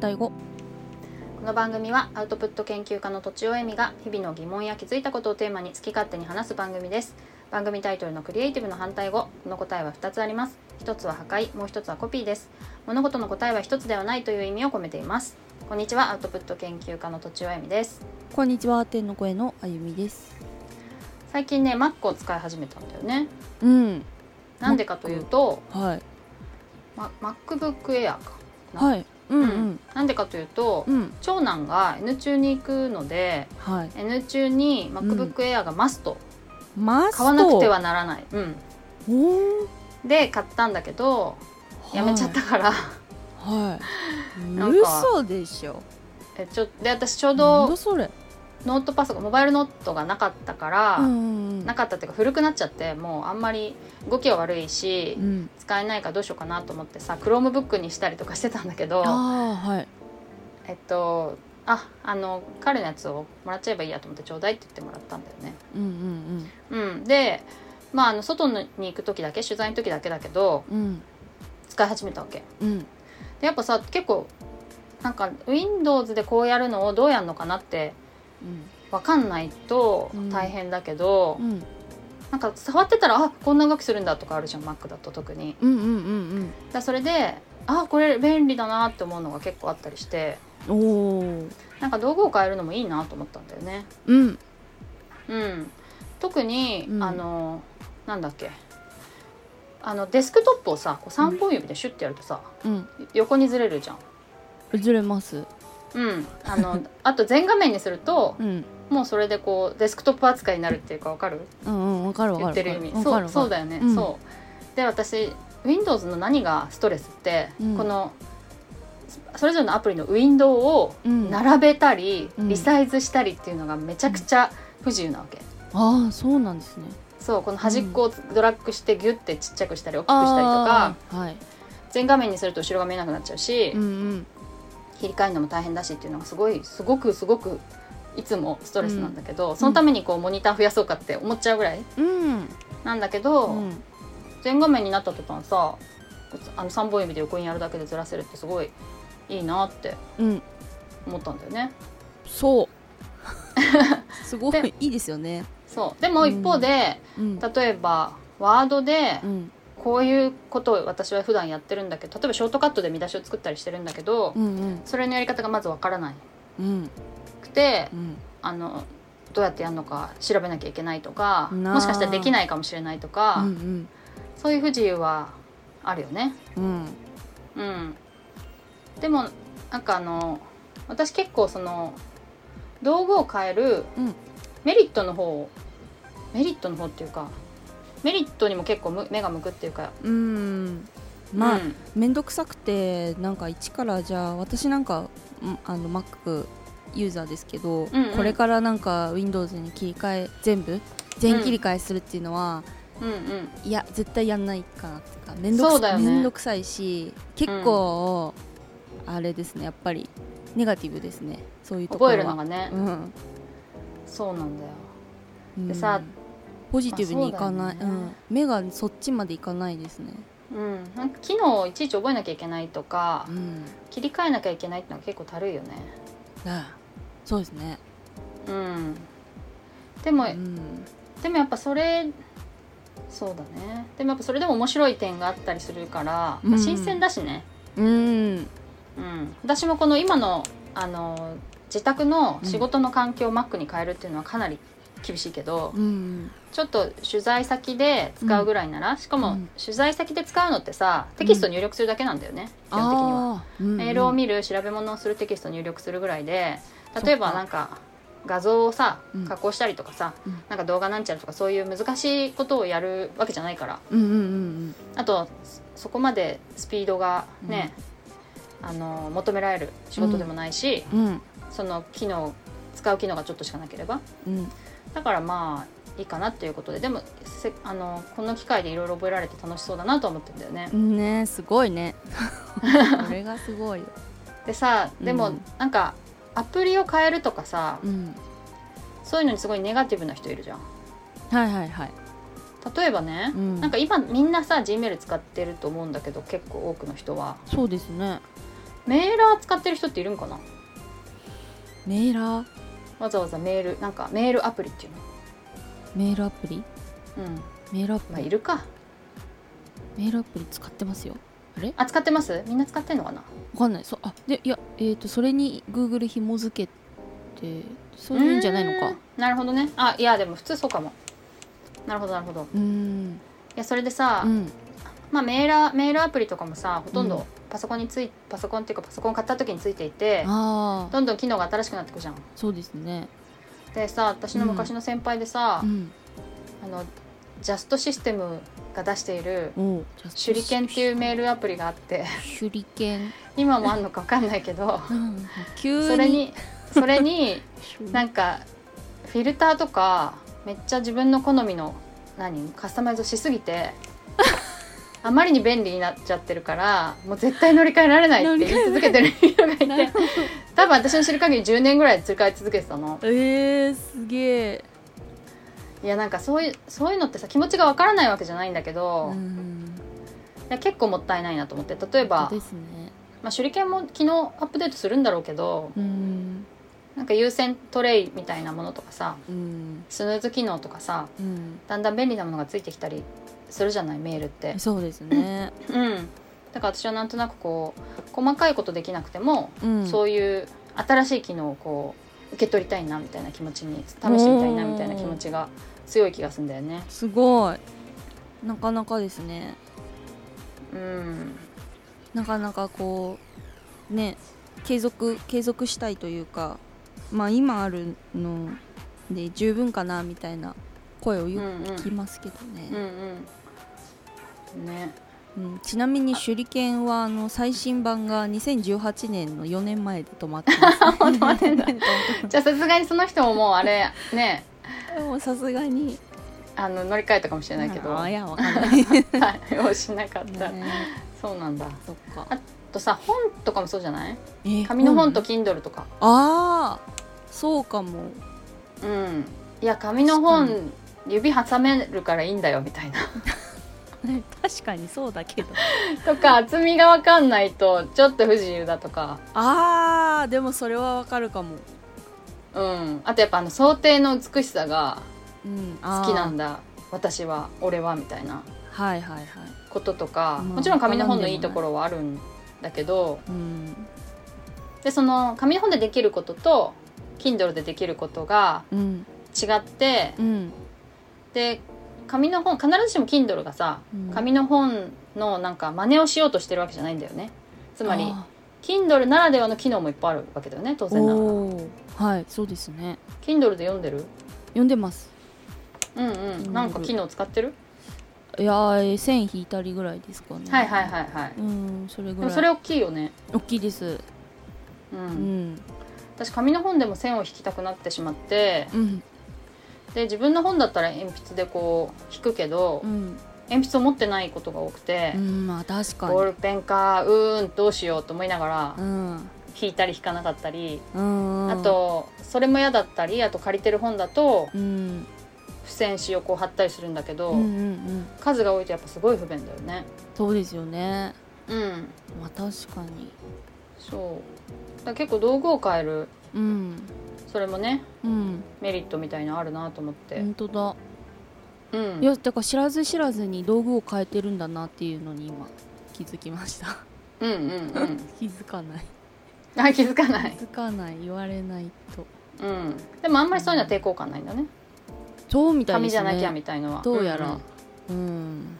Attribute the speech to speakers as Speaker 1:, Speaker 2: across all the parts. Speaker 1: 最後
Speaker 2: この番組はアウトプット研究家のとちおえみが日々の疑問や気づいたことをテーマに好き勝手に話す番組です番組タイトルのクリエイティブの反対語この答えは2つあります一つは破壊もう一つはコピーです物事の答えは一つではないという意味を込めていますこんにちはアウトプット研究家のとちおえみです
Speaker 1: こんにちは天の声のあゆみです
Speaker 2: 最近ね Mac を使い始めたんだよね
Speaker 1: うん
Speaker 2: なんでかというと、
Speaker 1: はい
Speaker 2: ま、MacBook Air かな
Speaker 1: はいうんう
Speaker 2: うんんなんでかというと、
Speaker 1: うん
Speaker 2: 長男が N 中に行くので
Speaker 1: はい
Speaker 2: N 中に MacBook Air がマスト、
Speaker 1: マスト
Speaker 2: 買わなくてはならない、うん、
Speaker 1: おー
Speaker 2: で買ったんだけどやめちゃった から、
Speaker 1: はい、
Speaker 2: な
Speaker 1: はい、
Speaker 2: んか
Speaker 1: 嘘でしょ
Speaker 2: えちょで私ちょう
Speaker 1: なんだ
Speaker 2: ど
Speaker 1: それ
Speaker 2: ノートパソコンモバイルノートがなかったから、
Speaker 1: うん
Speaker 2: なかったっていうか古くなっちゃってもうあんまり動きは悪いし、
Speaker 1: うん
Speaker 2: 使えないからどうしようかなと思ってさ Chromebook にしたりとかしてたんだけど
Speaker 1: ああはい
Speaker 2: えっとああの彼のやつをもらっちゃえばいいやと思ってちょうだいって言ってもらったんだよね。
Speaker 1: うんうん
Speaker 2: うん、で、まあ、あの外に行く時だけ取材の時だけだけど
Speaker 1: うんうん
Speaker 2: 使い始めたわけ
Speaker 1: うん
Speaker 2: でやっぱさ結構なんか Windows でこうやるのをどうやるのかなって分かんないと
Speaker 1: うん
Speaker 2: 大変だけど、
Speaker 1: うんうん
Speaker 2: なんか触ってたらあこんな動きするんだとかあるじゃん Mac だと特に
Speaker 1: うんうんうん
Speaker 2: だからそれであこれ便利だなって思うのが結構あったりして
Speaker 1: うんおー
Speaker 2: なんか道具を変えるのもいいなと思ったんだよね
Speaker 1: うん
Speaker 2: うん特に、
Speaker 1: うん
Speaker 2: あのなんだっけあのデスクトップをさこう3本指でシュッてやるとさ、
Speaker 1: うん
Speaker 2: 横にずれるじゃん。
Speaker 1: ずれます
Speaker 2: うん、あ のあと全画面にすると
Speaker 1: うん
Speaker 2: もうそれでこうデスクトップ扱いになるっていうかわかる
Speaker 1: うんうんわかるわ
Speaker 2: 言
Speaker 1: か
Speaker 2: っ
Speaker 1: る
Speaker 2: てる意味
Speaker 1: わ
Speaker 2: そう
Speaker 1: かるわかる
Speaker 2: そうだよね、
Speaker 1: うん
Speaker 2: そうで私 Windows の何がストレスって、
Speaker 1: うん
Speaker 2: このそれぞれのアプリのウィンドウを
Speaker 1: うん
Speaker 2: 並べたり、
Speaker 1: うん
Speaker 2: リサイズしたりっていうのがめちゃくちゃ不自由なわけ、
Speaker 1: ああそうなんですね
Speaker 2: そうこの端っこをドラッグしてギュッてちっちゃくしたり大きくしたりと
Speaker 1: あ
Speaker 2: か
Speaker 1: ーはい
Speaker 2: 全画面にすると後ろが見えなくなっちゃうし、
Speaker 1: うんうん
Speaker 2: 切り替えるのも大変だしっていうのがすごいすごくすごくいつもストレスなんだけど、そのためにこうモニター増やそうかって思っちゃうぐらい
Speaker 1: うん
Speaker 2: なんだけど、
Speaker 1: うん
Speaker 2: 全画面になった途端さあの3本指で横にやるだけでずらせるってすごいいいなって
Speaker 1: うん
Speaker 2: 思ったんだよね。
Speaker 1: そうすごいいいですよね
Speaker 2: そうでも一方で、
Speaker 1: うん
Speaker 2: 例えばワードで
Speaker 1: うん
Speaker 2: こういうことを私は普段やってるんだけど例えばショートカットで見出しを作ったりしてるんだけど、
Speaker 1: うんうん
Speaker 2: それのやり方がまずわからな
Speaker 1: うん
Speaker 2: くて
Speaker 1: うん
Speaker 2: あのどうやってやるのか調べなきゃいけないとか
Speaker 1: なあ
Speaker 2: もしかしたらできないかもしれないとか、
Speaker 1: うん
Speaker 2: そういう不自由はあるよね。
Speaker 1: うんうん
Speaker 2: うん、でもなんかあの私結構その道具を変える
Speaker 1: うん
Speaker 2: メリットの方をメリットの方っていうかメリットにも結構む目が向くっていうか、
Speaker 1: うんまあ
Speaker 2: うん
Speaker 1: 面倒くさくてなんか一からじゃあ私なんかんあの Mac ユーザーですけ
Speaker 2: う
Speaker 1: ど、
Speaker 2: んうん
Speaker 1: これからなんか Windows に切り替え全部全切り替えするっていうのは、
Speaker 2: うんうん
Speaker 1: いや絶対やんないかなっていうか面倒く
Speaker 2: そうだ
Speaker 1: さ
Speaker 2: よ
Speaker 1: い
Speaker 2: ね
Speaker 1: 面倒くさいし結構、あれですねやっぱりネガティブですねそういうとこ
Speaker 2: 覚
Speaker 1: ろは
Speaker 2: えるのがね、
Speaker 1: うん
Speaker 2: そうなんだよ
Speaker 1: うん
Speaker 2: でさ
Speaker 1: ポジティブにいか
Speaker 2: まあ
Speaker 1: ない、
Speaker 2: そ
Speaker 1: う
Speaker 2: うだよね
Speaker 1: ん、目がそっちまでいかないですね、
Speaker 2: うん、なんか機能をいちいち覚えなきゃいけないとか
Speaker 1: うん、
Speaker 2: 切り替えなきゃいけないってのが結構たるいよね
Speaker 1: ああそうですね、
Speaker 2: うんでも、
Speaker 1: うん
Speaker 2: でもやっぱそれそうだねでもやっぱそれでも面白い点があったりするから、
Speaker 1: うん
Speaker 2: 新鮮だしね、
Speaker 1: うん、
Speaker 2: うん、私もこの今のあの自宅の仕事の環境を Mac に変えるっていうのはかなり厳しいけど、
Speaker 1: うん、
Speaker 2: ちょっと取材先で使うぐらいなら、しか
Speaker 1: う
Speaker 2: も
Speaker 1: ん
Speaker 2: 取材先で使うのってさテキスト入力するだけなんだよね、基本的には。
Speaker 1: あーうんうん
Speaker 2: メールを見る調べ物をするテキスト入力するぐらいで例えばなんか画像をさ
Speaker 1: うん
Speaker 2: 加工したりとかさ、
Speaker 1: うん
Speaker 2: なんか動画なんちゃらとかそういう難しいことをやるわけじゃないから
Speaker 1: うんうんうん
Speaker 2: あとそそこまでスピードがね、あの求められる仕事でもないし、
Speaker 1: うんうん
Speaker 2: その機能使う機能がちょっとしかなければ
Speaker 1: うん
Speaker 2: だからまあいいかなっていうことででもせあのこの機会でいろいろ覚えられて楽しそうだなと思ってんだよね
Speaker 1: う。んねすごい ねこれがすごいよ、
Speaker 2: でさでも
Speaker 1: うん
Speaker 2: なんかアプリを変えるとかさ、
Speaker 1: うん、
Speaker 2: そういうのにすごいネガティブな人いるじゃん
Speaker 1: はいはいはい
Speaker 2: 例えばね、
Speaker 1: うん
Speaker 2: なんか今みんなさ Gmail 使ってると思うんだけど結構多くの人は
Speaker 1: そうですね
Speaker 2: メーラー使ってる人っているんかな
Speaker 1: メーラー
Speaker 2: わざわざメールなんかメールアプリっていう
Speaker 1: メールアプリ
Speaker 2: のうん
Speaker 1: メールアプ
Speaker 2: まあ
Speaker 1: リ、
Speaker 2: いるか
Speaker 1: メールアプリ使ってますよあれ
Speaker 2: あ使ってますみんな使ってんのかな
Speaker 1: わかんないそあでいやえっ、とそれに Google 紐付けてそういうんじゃないのか
Speaker 2: うんなるほどねあいやでも普通そうかもなるほどなるほど
Speaker 1: うーん
Speaker 2: いやそれでさ、
Speaker 1: うん
Speaker 2: まあ、メーラーメールアプリとかもさほとん
Speaker 1: うん
Speaker 2: どパソコンについ、パソコンっていうかパソコン買った時についていて
Speaker 1: ああ
Speaker 2: どんどん機能が新しくなってくじゃん
Speaker 1: そうですね
Speaker 2: でさ私の昔の先輩でさ、
Speaker 1: うん
Speaker 2: あのジャストシステムが出している
Speaker 1: おうじ
Speaker 2: 手
Speaker 1: ゃあ
Speaker 2: 裏剣っていうメールアプリがあ って
Speaker 1: 手裏剣
Speaker 2: 今もあんのか分かんないけど
Speaker 1: なんか急に
Speaker 2: それにそれに
Speaker 1: 手裏
Speaker 2: なんかフィルターとかめっちゃ自分の好みの何カスタマイズをしすぎ てあまりに便利になっちゃってるからもう絶対乗り換えられないって言い続けてる人がい
Speaker 1: なる
Speaker 2: て
Speaker 1: ほど
Speaker 2: 多分私の知る限り10年ぐらい乗り換え続けてたの
Speaker 1: えー、すげえ
Speaker 2: いやなんかそういうそういうのってさ気持ちがわからないわけじゃないんだけど、
Speaker 1: う
Speaker 2: い
Speaker 1: ん
Speaker 2: や結構もったいないなと思って例えば
Speaker 1: 本当、ですね
Speaker 2: まあ、手裏剣も昨日アップデートするんだろうけど
Speaker 1: うん
Speaker 2: なんか優先トレイみたいなものとかさ
Speaker 1: うん
Speaker 2: スヌーズ機能とかさ
Speaker 1: うん
Speaker 2: だんだん便利なものがついてきたりするじゃないメールって
Speaker 1: そうですね
Speaker 2: うん、だから私はなんとなくこう細かいことできなくても、
Speaker 1: うん
Speaker 2: そういう新しい機能をこう受け取りたいなみたいな気持ちに試してみたいな
Speaker 1: おー
Speaker 2: みたいな気持ちが強い気がするんだよね。
Speaker 1: すごいなかなかですね
Speaker 2: うん、
Speaker 1: なかなかこうね継続継続したいというかまあ今あるので十分かなみたいな声を
Speaker 2: うん、う
Speaker 1: よ
Speaker 2: ん
Speaker 1: く聞きますけど
Speaker 2: うん
Speaker 1: ね、
Speaker 2: うんね
Speaker 1: うんちなみに手裏剣はあの最新版が2018年の4年前で止まって ます、ね、
Speaker 2: 止まってんだじゃあさすがにその人ももうあれね
Speaker 1: もうさすがに
Speaker 2: あの乗り換えたかもしれないけど
Speaker 1: あ
Speaker 2: 対
Speaker 1: いやわかんない、ね、
Speaker 2: 応しなかった、そうなんだあ
Speaker 1: そっか
Speaker 2: とさ本とかもそうじゃない
Speaker 1: えー
Speaker 2: 紙の本と Kindle とか
Speaker 1: ああそうかも
Speaker 2: うん、いや紙の
Speaker 1: 確
Speaker 2: 本指挟めるからいいんだよみたいな
Speaker 1: 確かにそうだけど
Speaker 2: とか厚みが分かんないとちょっと不自由だとか、
Speaker 1: あーでもそれはわかるかも、
Speaker 2: うん、あとやっぱあの想定の美しさが
Speaker 1: うん、
Speaker 2: 好きなん
Speaker 1: だ
Speaker 2: だ私は俺はみたいな
Speaker 1: はいはいはい、
Speaker 2: こととか、
Speaker 1: まあ
Speaker 2: もちろん紙の本のいいところはあるんだけど
Speaker 1: うん
Speaker 2: でその紙の本でできることと Kindle でできることが
Speaker 1: うん
Speaker 2: 違って
Speaker 1: うん、
Speaker 2: で紙の本必ずしも Kindle がさ
Speaker 1: うん
Speaker 2: 紙の本のなんか真似をしようとしてるわけじゃないんだよね。つ
Speaker 1: つ
Speaker 2: まり Kindle ならではの機能もいっぱいあるわけだよね当然ながら
Speaker 1: おーはいそうですね
Speaker 2: Kindle で読んでる
Speaker 1: 読んでます
Speaker 2: うんうん、なんか機能使ってる
Speaker 1: いやーえー線引いたりぐらいですかね
Speaker 2: はいはいはいはい
Speaker 1: うんそれぐ
Speaker 2: で
Speaker 1: ら
Speaker 2: も
Speaker 1: い
Speaker 2: それ大きいよね
Speaker 1: 大きいです
Speaker 2: うん、
Speaker 1: うん
Speaker 2: 私紙の本でも線を引きたくなってしまって
Speaker 1: うん
Speaker 2: で自分の本だったら鉛筆でこう引くけど、
Speaker 1: うん、
Speaker 2: 鉛筆を持ってないことが多くて
Speaker 1: う、ん、まあ確か
Speaker 2: ボー
Speaker 1: に
Speaker 2: ルペンかうーんどうしようと思いながら
Speaker 1: うん
Speaker 2: 引いたり引かなかったり、
Speaker 1: うん
Speaker 2: あとそれも嫌だったりあと借りてる本だと
Speaker 1: うん
Speaker 2: 付箋紙をこう貼ったりするんだけど、
Speaker 1: うんうんうん
Speaker 2: 数が多いとやっぱすごい不便だよね。
Speaker 1: そうですよね
Speaker 2: うん
Speaker 1: まあ確かに
Speaker 2: そうだから結構道具を変える
Speaker 1: うん
Speaker 2: それもね
Speaker 1: うん
Speaker 2: メリットみたいのあるなと思って
Speaker 1: 本当だ
Speaker 2: うん
Speaker 1: いやだから知らず知らずに道具を変えてるんだなっていうのに今気づきました
Speaker 2: うんうんうん
Speaker 1: 気づかない
Speaker 2: あ気づかない
Speaker 1: 気づかない言われないと
Speaker 2: うんでもあんまりそういうのは抵抗感ないんだね
Speaker 1: そうみたいで
Speaker 2: 紙
Speaker 1: す
Speaker 2: じ
Speaker 1: ね
Speaker 2: ゃなきゃみたいのは
Speaker 1: どうやら
Speaker 2: んん
Speaker 1: うん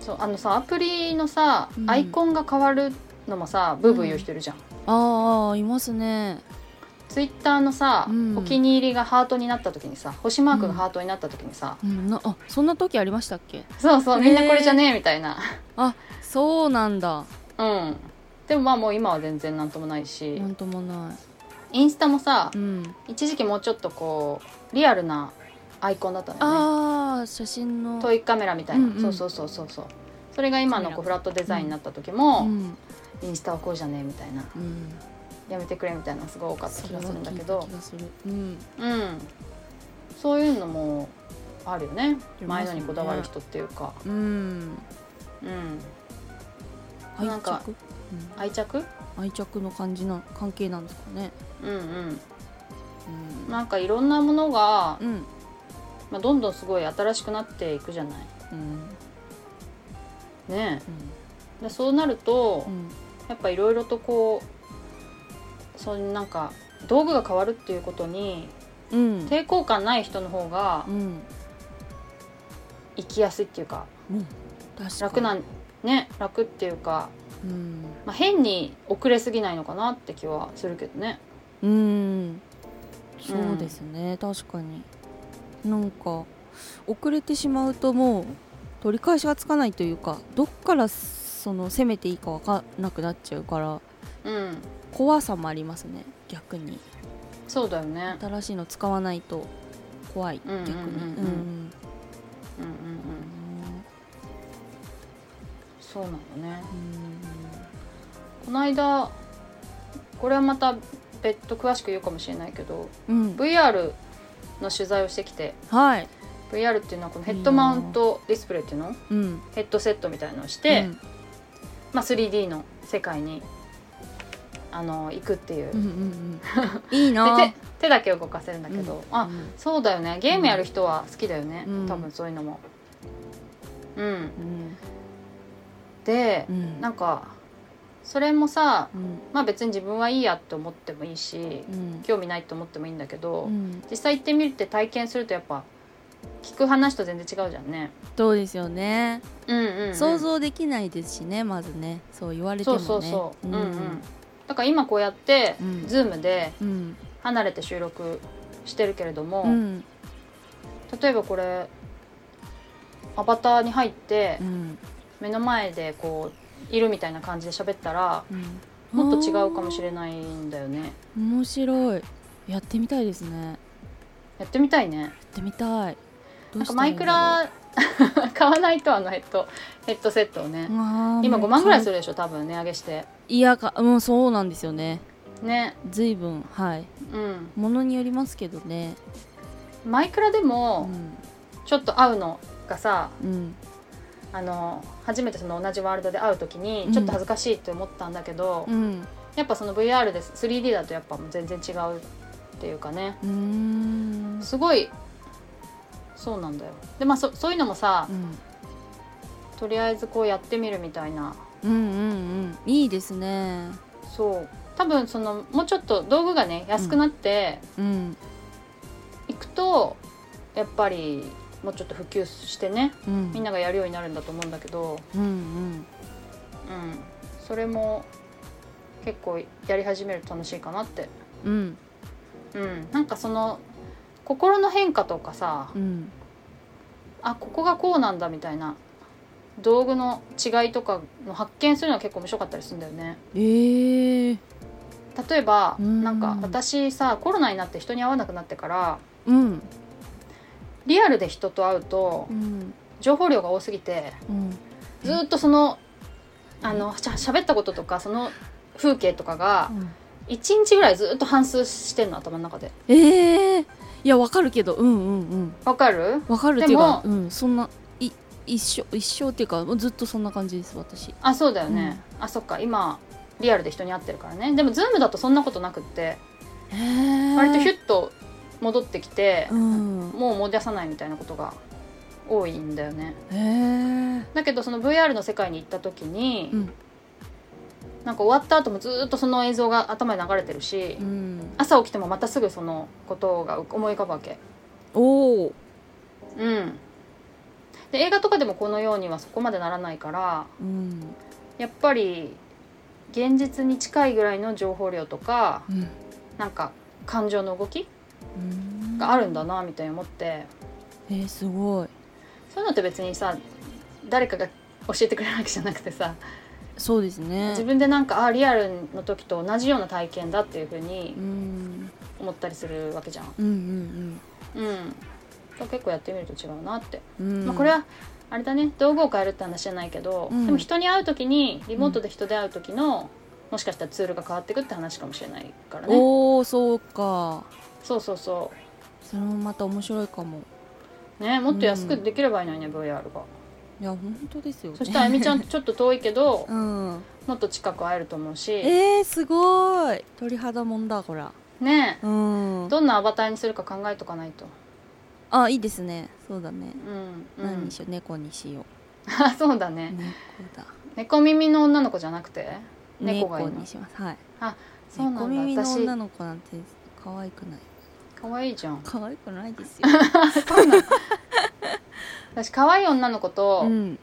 Speaker 2: そうあのさアプリのさ
Speaker 1: うん
Speaker 2: アイコンが変わるのもさブーブー言う人いるじゃん、
Speaker 1: ああいますね
Speaker 2: ツイッターのさ、
Speaker 1: うん
Speaker 2: お気に入りがハートになった時にさ星マークがハートになった時にさ、
Speaker 1: うんなあそんな時ありましたっけ
Speaker 2: そうそうみんなこれじゃねえみたいな
Speaker 1: そうなんだ
Speaker 2: うんでもまあもう今は全然なんともないし、
Speaker 1: なんともな
Speaker 2: インスタもさ
Speaker 1: いうん
Speaker 2: 一時期もうちょっとこうリアルなアイコンだったのね
Speaker 1: ああ写真の
Speaker 2: トイカメラみたいな、
Speaker 1: うんうん
Speaker 2: そうそうそうそうそうそれが今のこ
Speaker 1: カメ
Speaker 2: う
Speaker 1: ラ
Speaker 2: フラットデザインになった時
Speaker 1: う
Speaker 2: も、
Speaker 1: ん
Speaker 2: インスタはこうじゃねえみたいな
Speaker 1: うん
Speaker 2: やめてくれみたいなのすごい多かった
Speaker 1: そ
Speaker 2: 気が
Speaker 1: れは
Speaker 2: するんだ
Speaker 1: 聞い
Speaker 2: け
Speaker 1: た
Speaker 2: ど
Speaker 1: 気がするうん
Speaker 2: うんそういうのもあるよね
Speaker 1: りま
Speaker 2: 前
Speaker 1: すね
Speaker 2: のにこだわる人っていうか、
Speaker 1: うん
Speaker 2: うん、
Speaker 1: 愛
Speaker 2: なんか
Speaker 1: 着うん
Speaker 2: 愛着
Speaker 1: 愛着の感じの関係なんですかね。
Speaker 2: うんうん
Speaker 1: うん
Speaker 2: なんかいろんなものが、
Speaker 1: うん
Speaker 2: まあ、どんどんすごい新しくなっていくじゃない
Speaker 1: うん
Speaker 2: ねえでそうなると、
Speaker 1: うん
Speaker 2: やっぱいろいろとこうそういうなんか道具が変わるっていうことに
Speaker 1: うん
Speaker 2: 抵抗感ない人の方が
Speaker 1: うん
Speaker 2: 生きやすいっていうか
Speaker 1: うん確かに
Speaker 2: 楽なね楽っていうか、
Speaker 1: うん
Speaker 2: まあ、変に遅れすぎないのかなって気はするけどね
Speaker 1: うんそうですね、確かになんか遅れてしまうともう取り返しがつかないというかどっからその攻めていいか分かんなくなっちゃうから
Speaker 2: うん
Speaker 1: 怖さもありますね逆に
Speaker 2: そうだよね
Speaker 1: 新しいの使わないと怖い
Speaker 2: うんうんうん
Speaker 1: 逆に
Speaker 2: うんうんうんうんそうなんだねこの間これはまた別途詳しく言うかもしれないけど
Speaker 1: うんうんうん
Speaker 2: VR の取材をしてきて
Speaker 1: はい
Speaker 2: VR っていうのはこのヘッドマウントディスプレイっていうの
Speaker 1: うん
Speaker 2: ヘッドセットみたいのをして、
Speaker 1: うん
Speaker 2: まあ、3D の世界にあの行くっていう、
Speaker 1: う
Speaker 2: で
Speaker 1: んうんうんいいな
Speaker 2: 手手だけ動かせるんだけど、あ
Speaker 1: うん
Speaker 2: そうだよねゲームやる人は好きだよね、
Speaker 1: うん
Speaker 2: 多分そういうのも。うん、
Speaker 1: うん
Speaker 2: で、
Speaker 1: うん
Speaker 2: なんかそれもさ、
Speaker 1: うん
Speaker 2: まあ、別に自分はいいやって思ってもいいし、
Speaker 1: うん
Speaker 2: 興味ないって思ってもいいんだけど、
Speaker 1: うん
Speaker 2: 実際行ってみるって体験するとやっぱ聞く話と全然違うじゃんね。
Speaker 1: そうですよね
Speaker 2: うんうんうん
Speaker 1: 想像できないですしねまずねそう言われて
Speaker 2: そ
Speaker 1: も
Speaker 2: う
Speaker 1: ね
Speaker 2: そうそう、うん
Speaker 1: ん
Speaker 2: うん、だから今こうやって、
Speaker 1: うん
Speaker 2: Zoom で
Speaker 1: うん
Speaker 2: 離れて収録してるけれども、
Speaker 1: うん
Speaker 2: 例えばこれアバターに入って
Speaker 1: うん
Speaker 2: 目の前でこういるみたいな感じで喋ったら
Speaker 1: うん
Speaker 2: もっと違うかもしれないんだよね
Speaker 1: あー面白いやってみたいですねや
Speaker 2: やってみたいね
Speaker 1: ってみたい
Speaker 2: な
Speaker 1: どうん
Speaker 2: か
Speaker 1: した
Speaker 2: マ
Speaker 1: らい
Speaker 2: イ
Speaker 1: いん
Speaker 2: ク
Speaker 1: だろ
Speaker 2: ラ
Speaker 1: う
Speaker 2: 買わないとあのヘッドヘッドセットをね
Speaker 1: あー
Speaker 2: 今
Speaker 1: も
Speaker 2: 5
Speaker 1: う
Speaker 2: 万ぐらいするでしょ多分値上げして
Speaker 1: いやかもうそうなんですよね
Speaker 2: ね
Speaker 1: 随分はい
Speaker 2: うん
Speaker 1: ものによりますけどね
Speaker 2: マイクラで
Speaker 1: う
Speaker 2: も
Speaker 1: ん
Speaker 2: ちょっと会うのがさ
Speaker 1: うん
Speaker 2: あの初めてその同じワールドで会う時に
Speaker 1: うん
Speaker 2: ちょっと恥ずかしいって思ったんだけど、
Speaker 1: うん
Speaker 2: やっぱその VR です 3D だとやっぱもう全然違うっていうかね
Speaker 1: うーん
Speaker 2: すごいそうなんだよでまあそそういうのもさ
Speaker 1: うん
Speaker 2: とりあえずこうやってみるみたいな
Speaker 1: うんうんうんいいですね
Speaker 2: そう多分そのもうちょっと道具がね安くなって
Speaker 1: うん
Speaker 2: いくと、やっぱりもうちょっと普及してね
Speaker 1: うん
Speaker 2: みんながやるようになるんだと思うんだけど、
Speaker 1: うんうん
Speaker 2: うん、それも結構やり始めると楽しいかなって、
Speaker 1: うん
Speaker 2: うん、なんかその心の変化とかさ
Speaker 1: うん
Speaker 2: あここがこうなんだみたいな道具の違いとかの発見するのは結構面白かったりするんだよね。
Speaker 1: ええ
Speaker 2: 例えば
Speaker 1: うん
Speaker 2: なんか私さコロナになって人に会わなくなってから
Speaker 1: うん
Speaker 2: リアルで人と会うと
Speaker 1: うん
Speaker 2: 情報量が多すぎて
Speaker 1: うん
Speaker 2: ずーっとそのあのしゃ喋ったこととかその風景とかが1日ぐらいずーっと反数してんの頭の中で
Speaker 1: ええいやわかるけどうんうんうん
Speaker 2: わかる
Speaker 1: わかるっていうか
Speaker 2: で
Speaker 1: うんそんない一生一生っていうかずっとそんな感じです私
Speaker 2: あそうだよね、あそっか今リアルで人に会ってるからねでもズームだとそんなことなくって
Speaker 1: へえ
Speaker 2: 割とヒュッと戻ってきて、
Speaker 1: うん
Speaker 2: もう思い出さないみたいなことが多いんだよね
Speaker 1: へえ
Speaker 2: だけどその VR の世界に行った時に、
Speaker 1: うん
Speaker 2: なんか終わった後もずーっとその映像が頭に流れてるし、
Speaker 1: うん
Speaker 2: 朝起きてもまたすぐそのことが思い浮かぶわけ
Speaker 1: おお
Speaker 2: うんで映画とかでもこのようにはそこまでならないから
Speaker 1: うん
Speaker 2: やっぱり現実に近いぐらいの情報量とか
Speaker 1: うん
Speaker 2: なんか感情の動き
Speaker 1: うん
Speaker 2: があるんだなみたいに思って
Speaker 1: えー、すごい
Speaker 2: そういうのって別にさ誰かが教えてくれるわけじゃなくてさ
Speaker 1: そうですね
Speaker 2: 自分でなんかあリアルの時と同じような体験だっていうふうに
Speaker 1: うん
Speaker 2: 思ったりするわけじゃん。
Speaker 1: うんう
Speaker 2: う
Speaker 1: ん
Speaker 2: ん、結構やってみると違うなって、
Speaker 1: うんうん
Speaker 2: まあ、これはあれだね道具を変えるって話じゃないけど、
Speaker 1: うん
Speaker 2: でも人に会う時にリモートで人で会う時の、もしかしたらツールが変わってくって話かもしれないからね
Speaker 1: おおそうか
Speaker 2: そうそうそ
Speaker 1: それもまた面白いかも
Speaker 2: うねもっと安くできればいいのにね、VR が
Speaker 1: いや本当ですよね
Speaker 2: そしてあゆみちゃんちょっと遠いけど
Speaker 1: うん
Speaker 2: もっと近く会えると思うし
Speaker 1: えー、すごい鳥肌もんだほら
Speaker 2: ね
Speaker 1: うん
Speaker 2: えどんなアバターにするか考えとかないと
Speaker 1: あいいですねそうだね、
Speaker 2: うん、う
Speaker 1: 何
Speaker 2: ん
Speaker 1: に、しよう猫にしよ
Speaker 2: あ そうだ
Speaker 1: う
Speaker 2: ね
Speaker 1: 猫だ
Speaker 2: 猫耳の女の子じゃなくて 猫
Speaker 1: 猫
Speaker 2: がいいの
Speaker 1: にしますはい
Speaker 2: そう
Speaker 1: 猫
Speaker 2: なん
Speaker 1: 耳
Speaker 2: だ
Speaker 1: の
Speaker 2: 私
Speaker 1: 女の子なんて可愛くない
Speaker 2: 可愛いじゃん
Speaker 1: 可愛くないですよ、
Speaker 2: 私可愛い女の子と
Speaker 1: うん、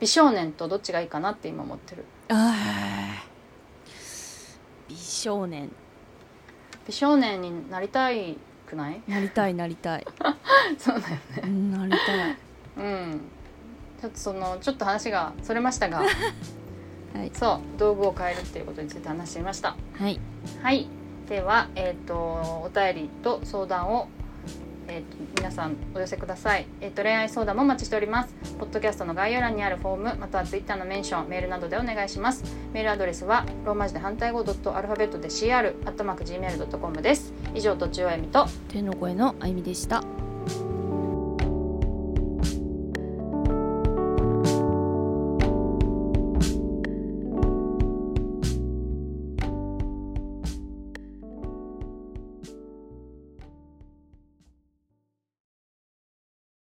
Speaker 2: 美少年とどっちがいいかなって今思ってる
Speaker 1: あー美少年
Speaker 2: 美少年になりたいくない
Speaker 1: なりたいなりたい
Speaker 2: そうだよ
Speaker 1: うんなりたい
Speaker 2: うんちょっとそのちょっと話がそれましたが
Speaker 1: はい
Speaker 2: そう道具を変えるっていうことについて話していました
Speaker 1: はい
Speaker 2: はいではえっ、とお便りと相談をえー、と皆さんお寄せください、えー、と恋愛相談もお待ちしておりますポッドキャストの概要欄にあるフォームまたはツイッターのメンションメールなどでお願いしますメールアドレスはローマ字で反対語ドットアルファベットで CR アットマーク Gmail.com です以上とちおえみと
Speaker 1: 天の声のあゆみでした